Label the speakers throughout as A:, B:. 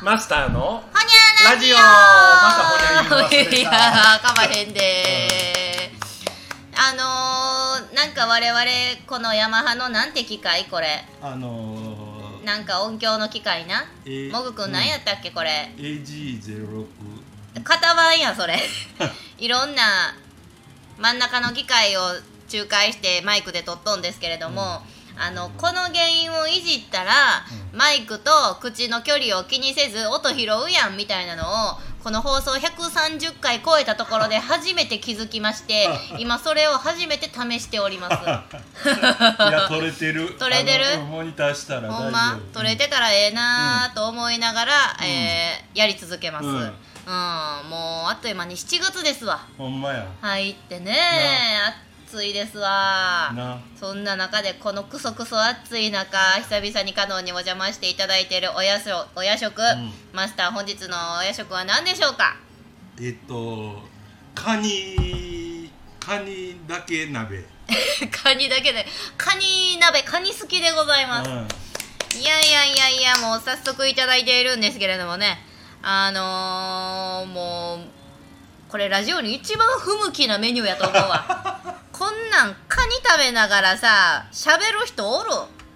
A: マスターの
B: ほにゃラジオ
A: ラジオまたほにゃ言い忘れた
B: いやかまへんであのー、なんか我々このヤマハのなんて機械これ
C: あのー、
B: なんか音響の機械な
C: えー
B: もぐくんなんやったっけこれ
C: AG06
B: 型番やそれいろんな真ん中の機械を仲介してマイクで撮っとんですけれども、あのこの原因をいじったら、マイクと口の距離を気にせず音拾うやんみたいなのをこの放送130回超えたところで初めて気づきまして 今それを初めて試しております
C: いや取れてる
B: 取れてる
C: あのモニターしたら大丈夫
B: ほんま取れてからええなーと思いながら、えーやり続けます、う
C: うんん
B: もうあっという間に7月ですわ
C: ほんまや
B: 入ってね暑いですわ
C: な
B: そんな中でこのクソクソ暑い中久々にカノンにお邪魔していただいているおやしょお夜食、
C: ん
B: マスター本日のお夜食は何でしょうか
C: えっとカニカニだけ鍋、
B: カニだけでカニ鍋カニ好きでございます、いやいやいやいやもう早速いただいているんですけれどもねあのー、もうこれラジオに一番不向きなメニューやと思うわこんなんカニ食べながらさ喋る人おる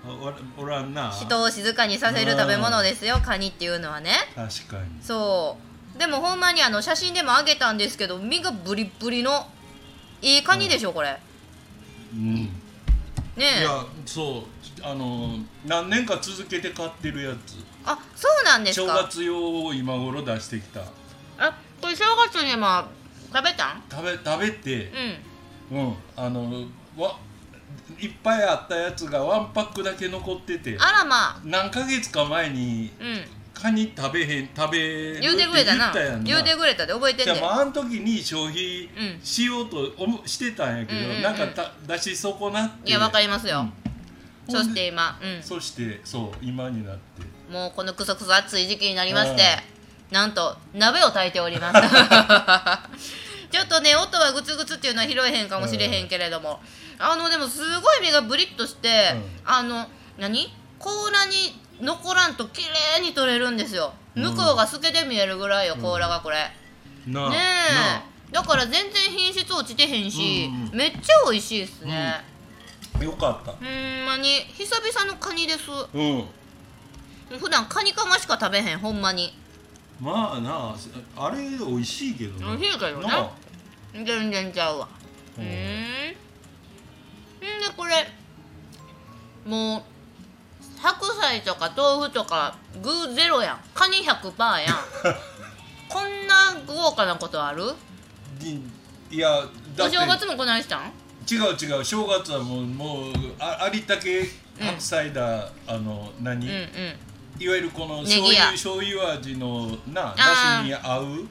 C: うん、おらおらんな
B: 人を静かにさせる食べ物ですよカニっていうのはね
C: 確かに
B: そうでもほんまにあの写真でもあげたんですけど身がブリッブリのいいカニでしょこれ
C: うんい
B: ねえ
C: やそうあの何年か続けて買ってるやつ
B: あそうなんです
C: 正
B: か
C: 月用を今頃出してきた
B: あこれ正月にも食べたん
C: 食べ食べて
B: うん
C: うんあのわいっぱいあったやつがワンパックだけ残ってて
B: あらまあ
C: 何ヶ月か前に
B: うん
C: カニ食べへん食べる
B: 言うてくれたな
C: って言ったやん
B: 言うてくれたで覚えてん
C: じゃあ
B: ねん
C: まああの時に消費
B: うん
C: しようと思してたんやけど、
B: うんうんうん
C: なんかた出し損なって
B: いやわかりますよ、
C: うん
B: そして今、う
C: そしてそう今になって
B: ん、もうこのクソクソ暑い時期になりまして、
C: う
B: なんと鍋を炊いております ちょっとね音はグツグツっていうのは拾えへんかもしれへんけれども、あのでもすごい身がブリッとして、あの何甲羅に残らんと綺麗に取れるんですよ
C: う
B: 向
C: ん
B: こうが透けて見えるぐらいよ甲羅がこれ、
C: なあ
B: ね
C: な
B: えだから全然品質落ちてへんし、
C: うんうん
B: めっちゃ美味しいっすね、
C: あよかった
B: ほんまに久々のカニです
C: うん
B: 普段カニカマしか食べへんほんまに
C: まあなああれ美味しいけど
B: 美味しいけどな
C: なあ
B: 全然ちゃうわう
C: うんん
B: んでこれもう白菜とか豆腐とか具ゼロやんカニ100%やんこんな豪華なことある
C: いいや
B: お
C: だって
B: 正月もこないしたん
C: 違う違う正月はもうもうあありったけ白菜だ、あの
B: う
C: 何、
B: んうんうん
C: いわゆるこの
B: ネ
C: 醤
B: ギや
C: 油醤油味のなだ
B: あー
C: しに合う
B: うんうん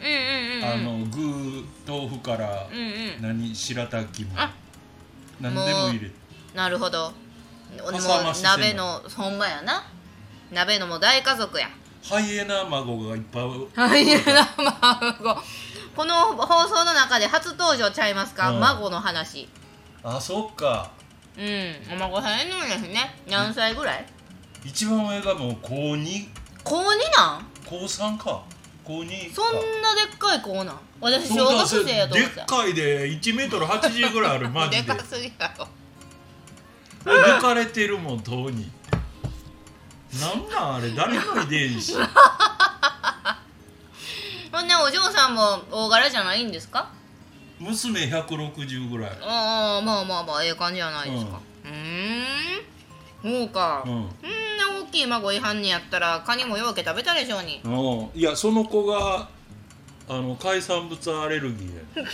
C: あの具豆腐から、
B: うんうん
C: 何白滝も
B: あ
C: 何でも入れて
B: なるほどもう
C: かさ増ししてんの
B: 鍋のほんまやな鍋のもう大家族や
C: ハイエナ孫がいっぱい
B: ハイエナ孫この放送の中で初登場ちゃいますか、
C: うん
B: 孫の話
C: あそっか
B: うんお孫さんいるんですね何歳ぐらい、
C: 一番上がもう高2
B: 高2なん
C: 高3か高2か
B: そんなでっかい子なん私
C: そう
B: 小
C: か
B: 学生やと思って
C: でったかいで1メートル80ぐら いあるマジで
B: でかすぎやろ
C: 抜かれてるもんとうになんなんあれ誰も遺伝子
B: ほんでお嬢さんも大柄じゃないんですか
C: 娘160ぐらい
B: ああまあまあまあええ感じじゃないですかうーんそうか、
C: う
B: そ
C: ん
B: んな大きい孫いはんねやったらカニもようけ食べたでしょうに
C: うんいやその子があの海産物アレルギーやね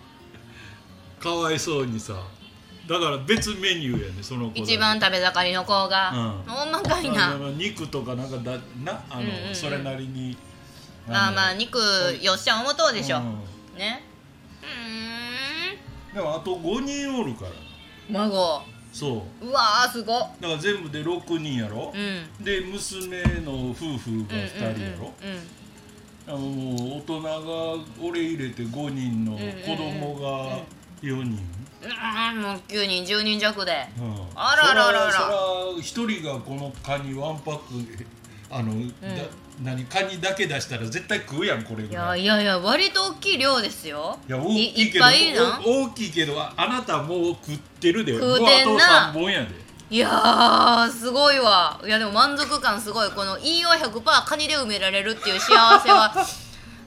C: かわいそうにさだから別メニューやねその子だけ
B: 一番食べ盛りの子が、
C: うん
B: ほんまかい
C: あ
B: な
C: の肉とかなんかだなあの、
B: うんうんうん
C: それなりに
B: まあまあ
C: の
B: 肉よっしゃ思うとうでしょ、
C: う
B: ねうん
C: でもあと5人おるから
B: ーん孫
C: そう
B: わーすご
C: うだから全部で6人やろ
B: う、ん
C: で娘の夫婦が2人やろ、
B: うんうんうん
C: あのもう大人が俺入れて5人の子供が4人、
B: うーんもう9人10人弱で
C: うん
B: あらららら
C: そらそら一人がこのカニワンパックあの、だ何カニだけ出したら絶対食うやんこれ
B: い
C: ぐ
B: や
C: らい。
B: いやいや割と大きい量ですよ
C: いや大き
B: っ
C: いけど
B: ぱいいるな
C: お大きいけどああなたもう食ってるで
B: 食うてんな
C: もうあと3本やで
B: いやーすごいわいやでも満足感すごいこの飯は100%カニで埋められるっていう幸せ は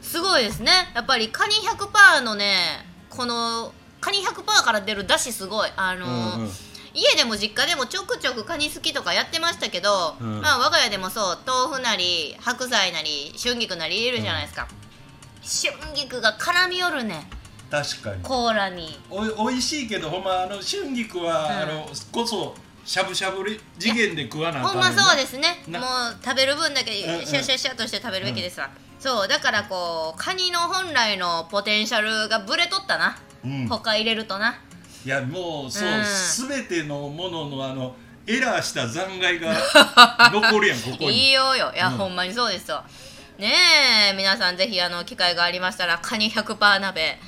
B: すごいですねやっぱりカニ100%のねこのカニ100%から出る出汁すごいあのー
C: うんうん
B: 家でも実家でもちょくちょくカニ好きとかやってましたけど、
C: うん
B: まあ我が家でもそう豆腐なり白菜なり春菊なり入れるじゃないですか、春菊が絡み寄るね
C: 確かに
B: コーラに
C: おおいしいけどほんまあの春菊は、
B: うん
C: あのこそしゃぶしゃぶり次元で食わなあ
B: ほ
C: か
B: ん
C: ん
B: まそう
C: す
B: ですねも
C: な
B: う食べる分だけシ
C: うんうん
B: ャシャシャとして食べるべきですわ、そうだからこうカニの本来のポテンシャルがブレとったな、
C: うん
B: 他入れるとない
C: やもうそう
B: うん
C: すべ、てのもののあのエラーした残骸 が残るやんここ
B: い
C: に
B: いようよいや、
C: うん
B: ほんまにそうですよねえ皆さんぜひあの機会がありましたらカニ100%鍋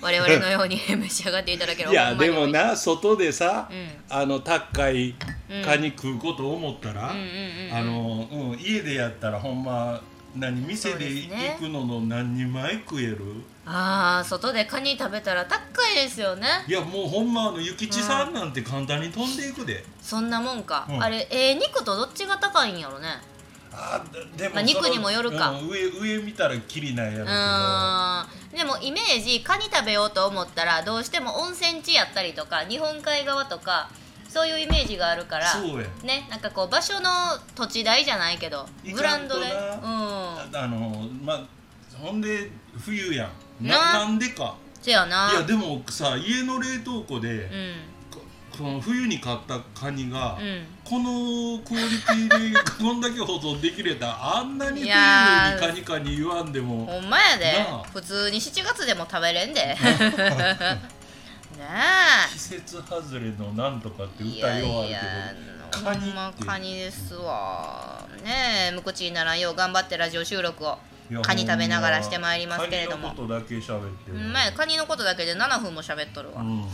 B: 我々のよ うに召し上がっていただければ
C: いや
B: ほんま
C: で
B: に
C: もな外でさ、
B: う
C: あの高い
B: うん
C: カニ食うこと思ったら、
B: うんうんうん
C: あの、うん、家でやったらほんま何店
B: そう
C: で
B: ですね
C: 行くのの何人前食える、
B: あー外でカニ食べたら高いですよね
C: いやもうほんまあの諭吉さんなんて簡単に飛んでいくで、
B: そんなもんか、
C: うん
B: あれええ肉とどっちが高いんやろね
C: あーででも
B: まあ
C: その
B: 肉にもよるか
C: うん上上見たらきりないやろうけど
B: うーんでもイメージカニ食べようと思ったらどうしても温泉地やったりとか日本海側とかそういうイメージがあるから
C: そうや
B: ねなんかこう場所の土地代じゃないけど
C: い
B: ブランドで
C: かんと
B: うん
C: あのまあほんで冬やんな
B: な
C: なんでか
B: せやない
C: やでもさ家の冷凍庫で
B: う、ん
C: ここの冬に買ったカニが、
B: うん
C: このクオリティでこんだけ保存できれたらあんなに
B: い
C: 丁
B: やー
C: 寧にカニカニ言わんでも
B: ほんまやで
C: なあ
B: 普通に7月でも食べれん でね
C: 季節外れのなんとかって
B: えい
C: 歌
B: や
C: いようある
B: いや
C: けど
B: ほ
C: カニ
B: んま
C: って
B: カニですわねえ無口にならんよう頑張ってラジオ収録を
C: いや
B: カニ食べながらしてまいりますけれども
C: カニのことだけ喋って
B: う
C: る
B: んまやカニのことだけで7分も喋っとるわ、
C: う
B: い
C: ん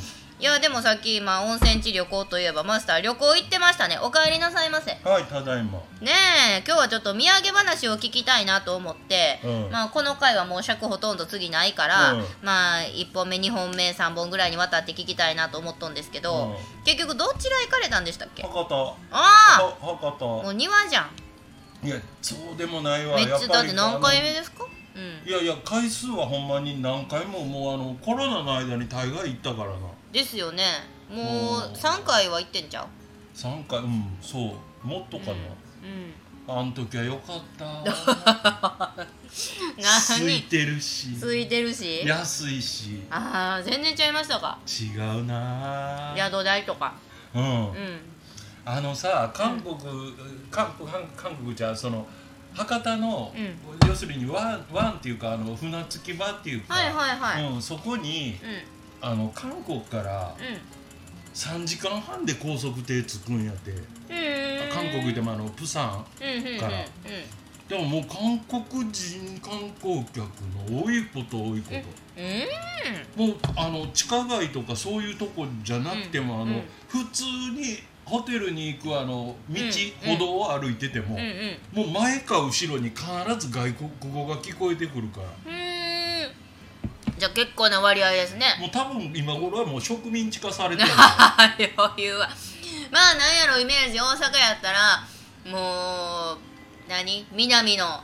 B: やでもさっき今温泉地旅行といえばマスター旅行行ってましたねお帰りなさいませね
C: はいただいま
B: え今日はちょっと土産話を聞きたいなと思って、
C: うん
B: まあこの回はもう尺ほとんど次ないから、
C: うん
B: まあ1本目2本目3本ぐらいにわたって聞きたいなと思っとんですけど、
C: う
B: 結局どちら行かれたんでしたっけ
C: 博多
B: あ
C: は博
B: あも
C: 多
B: う庭じゃん
C: いやそうでもないわ
B: めっ
C: やっ
B: ちゃだ
C: ぱ
B: って
C: り
B: 何回目
C: あ
B: ですかうん
C: のいやいや回数はほんまに何回ももうあのコロナの間に大概行ったからな
B: ですよねも
C: う
B: うん3回は行ってんちゃう
C: 3回うんそうもっとかな、
B: うん
C: あん時は良かった。空い
B: 何
C: てるし。
B: ついてるし
C: 安いし。
B: ああ全然ちゃいましたか
C: 違うなあ。
B: 宿代とか
C: う
B: うん
C: ん。あのさ、韓国、韓国、韓韓国じゃ、その。博多の、
B: うん
C: 要するにワン、ワンっていうか、あの船着き場っていうか。
B: はいはいはい
C: うん、そこに、
B: うん
C: あの韓国から3時間半で高速艇着くんやって
B: うんうん
C: 韓国でもあのプサン
B: うんうんうんうん
C: からでももう韓国人観光客の多いこと多いこと、
B: うん
C: もうあの地下街とかそういうとこじゃなくても、
B: うん
C: あの
B: うん
C: 普通にホテルに行くあの
B: う
C: 道、
B: ん
C: 歩道を歩いてても、
B: うんうん
C: もう前か後ろに必ず外国語が聞こえてくるから
B: うんじゃあ結構な割合ですね
C: もう多分今頃はもう植民地化されてる
B: 余裕はまあなんやろイメージ大阪やったらもう何南の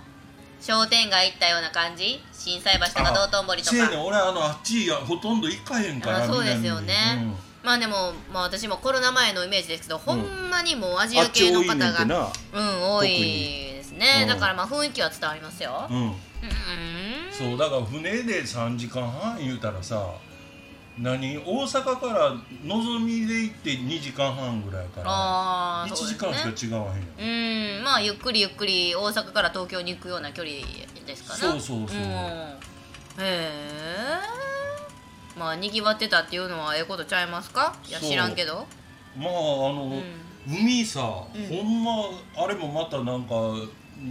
B: 商店街行ったような感じ心斎橋とか道頓堀と
C: せやね
B: か
C: ん俺あのあっちやほとんど行かへんから
B: あそうですよね
C: 南に
B: まあでも、まあ、私もコロナ前のイメージですけどほんまにもうアジ
C: うん、あ
B: ア
C: っち
B: 系
C: 多
B: の
C: いね
B: 方
C: んて
B: が
C: な、
B: うん多いです
C: 特
B: ね
C: に
B: だからまあ雰囲気は伝わりますよ
C: う、ん、
B: うん、
C: そうだから船で3時間半言うたらさ何大阪からのぞみで行って2時間半ぐらいやから
B: ああ
C: 1
B: そう
C: 時
B: です
C: 間
B: ね
C: しか違わへんやん
B: うんまあゆっくりゆっくり大阪から東京に行くような距離ですかな
C: そうそうそう
B: へえまあにぎわってたっていうのはええことちゃいますかいや
C: そう
B: 知らんけど
C: まああの、海さ、
B: うん
C: ほんまあれもまたなんか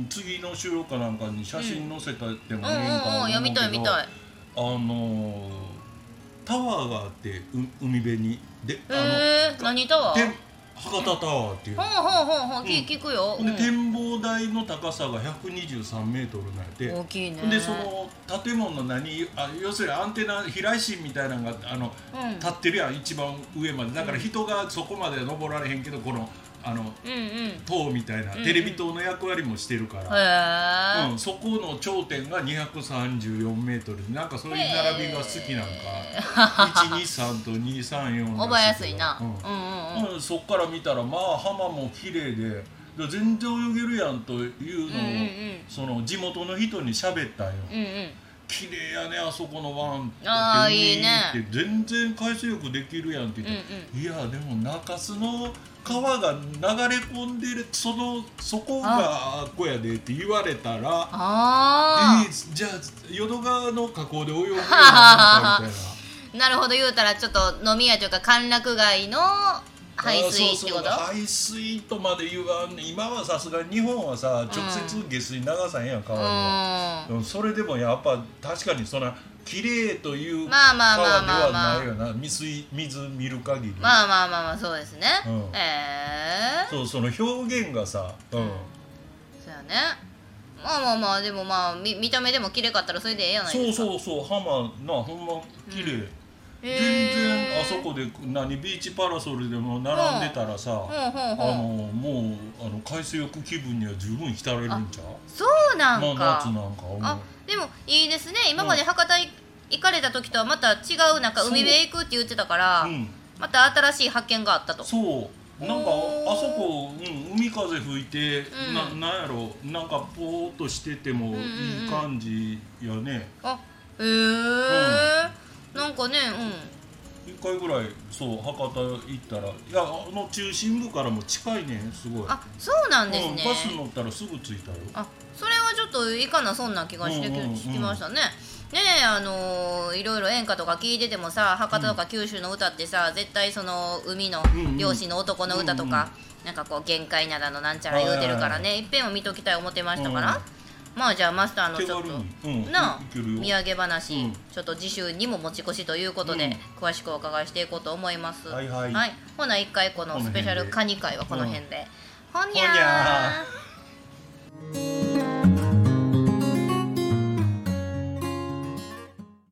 C: 次の収録かなんかに写真載せたって
B: うんう
C: もいいん
B: ん
C: か
B: うんうん
C: な
B: 読
C: 思う
B: みたい
C: け
B: 見
C: ど
B: たい
C: あのタワーがあってう海辺にであの、
B: へえ何タワ
C: て
B: ー
C: 博多タワーっていう
B: ほうほうほうほう、き聞くよ、
C: ほんで
B: うん
C: 展望台の高さが123メートルなんやて
B: 大きいね
C: ほんでその建物の何あ要するにアンテナ飛来心みたいなのがあの、
B: うん
C: 立ってるやん一番上までだから人がそこまで登られへんけどこのあの
B: うんうんへ
C: 塔みたいな、
B: うん
C: テレビ塔の役割もしてるから、
B: え、
C: うん、そこの頂点が234メートルでなんかそういう並びが好きなんか、123と234らしけど
B: 覚えやすいな、う、
C: うん
B: うんんうん
C: うんそっから見たらまあ浜も綺麗でで全然泳げるやんというのを、
B: うんうんうん
C: その地元の人に喋ったんよ
B: うんうん
C: 綺麗やねあそこの湾って
B: あー
C: 海
B: いいね
C: って全然海水浴できるやんって言って、いやでも中洲の川が流れ込んでるそのそこがこやでって言われたら
B: あ
C: えーじゃあ淀川の河口で泳ぐようになるのかみたいな。
B: あなるほど言うたらちょっと飲み屋というか歓楽街の 排水ってこと
C: あーそうそう排水とまで言わんね今はさすがに日本はさ直接下水流さへんやん川
B: う
C: には、
B: ん
C: うんそれでもやっぱ確かにそんな綺麗という
B: まあ
C: 川で
B: まあまあまあまあ
C: はないよな水水見る限り、
B: まあまあまあまあそうですね、
C: うん
B: ええ
C: そうその表現がさ、うん
B: そうやねまあまあまあでもまあ見見た目でも綺麗かったらそれでええやない
C: そ
B: で
C: う
B: すかうそう
C: そうそう浜なほんま綺麗、
B: 全
C: 全然あそこで何ビーチパラソルでも並んでたらさ、
B: ほうほう
C: あ
B: ほう
C: のもうあの海水浴気分には十分浸れるんちゃう
B: そうなんか、
C: まあ夏なんか思う
B: あでもいいですね今まで博多い行かれた時とはまた違うなんか
C: そう
B: 海辺行くって言ってたから、
C: うん
B: また新しい発見があったと
C: そうなんかあ
B: おー
C: そこ、うん、海風吹いて、
B: うん
C: ななんやろなんかぽーっとしてても
B: んうん
C: いい感じやね、
B: あへえなんかね
C: 一回ぐらいそう博多行ったらいやあの中心部からも近いねんすごい
B: うんあそうなんです
C: うん
B: ね、
C: バス乗ったらすぐ着いたよ
B: あそれはちょっといかなそんな気がしてき,、
C: うんうんうん
B: きましたねねえあのーいろいろ演歌とか聞いててもさ博多とか九州の歌ってさ、絶対その海の
C: うんうん
B: 漁師の男の歌とか、なんかこう限界灘のなんちゃら言うてるからねいっぺんは見ときたい思ってましたから、まあじゃあマスターの
C: 手
B: ちょっ
C: 軽
B: と
C: に、うん、
B: なあ
C: いけるよ
B: 土産話、
C: うん
B: ちょっと次週にも持ち越しということで、詳しくお伺いしていこうと思います
C: はいはい
B: ほな一回このスペシャルカニ会はこの辺で、ほにゃ
C: ほにゃ
B: ー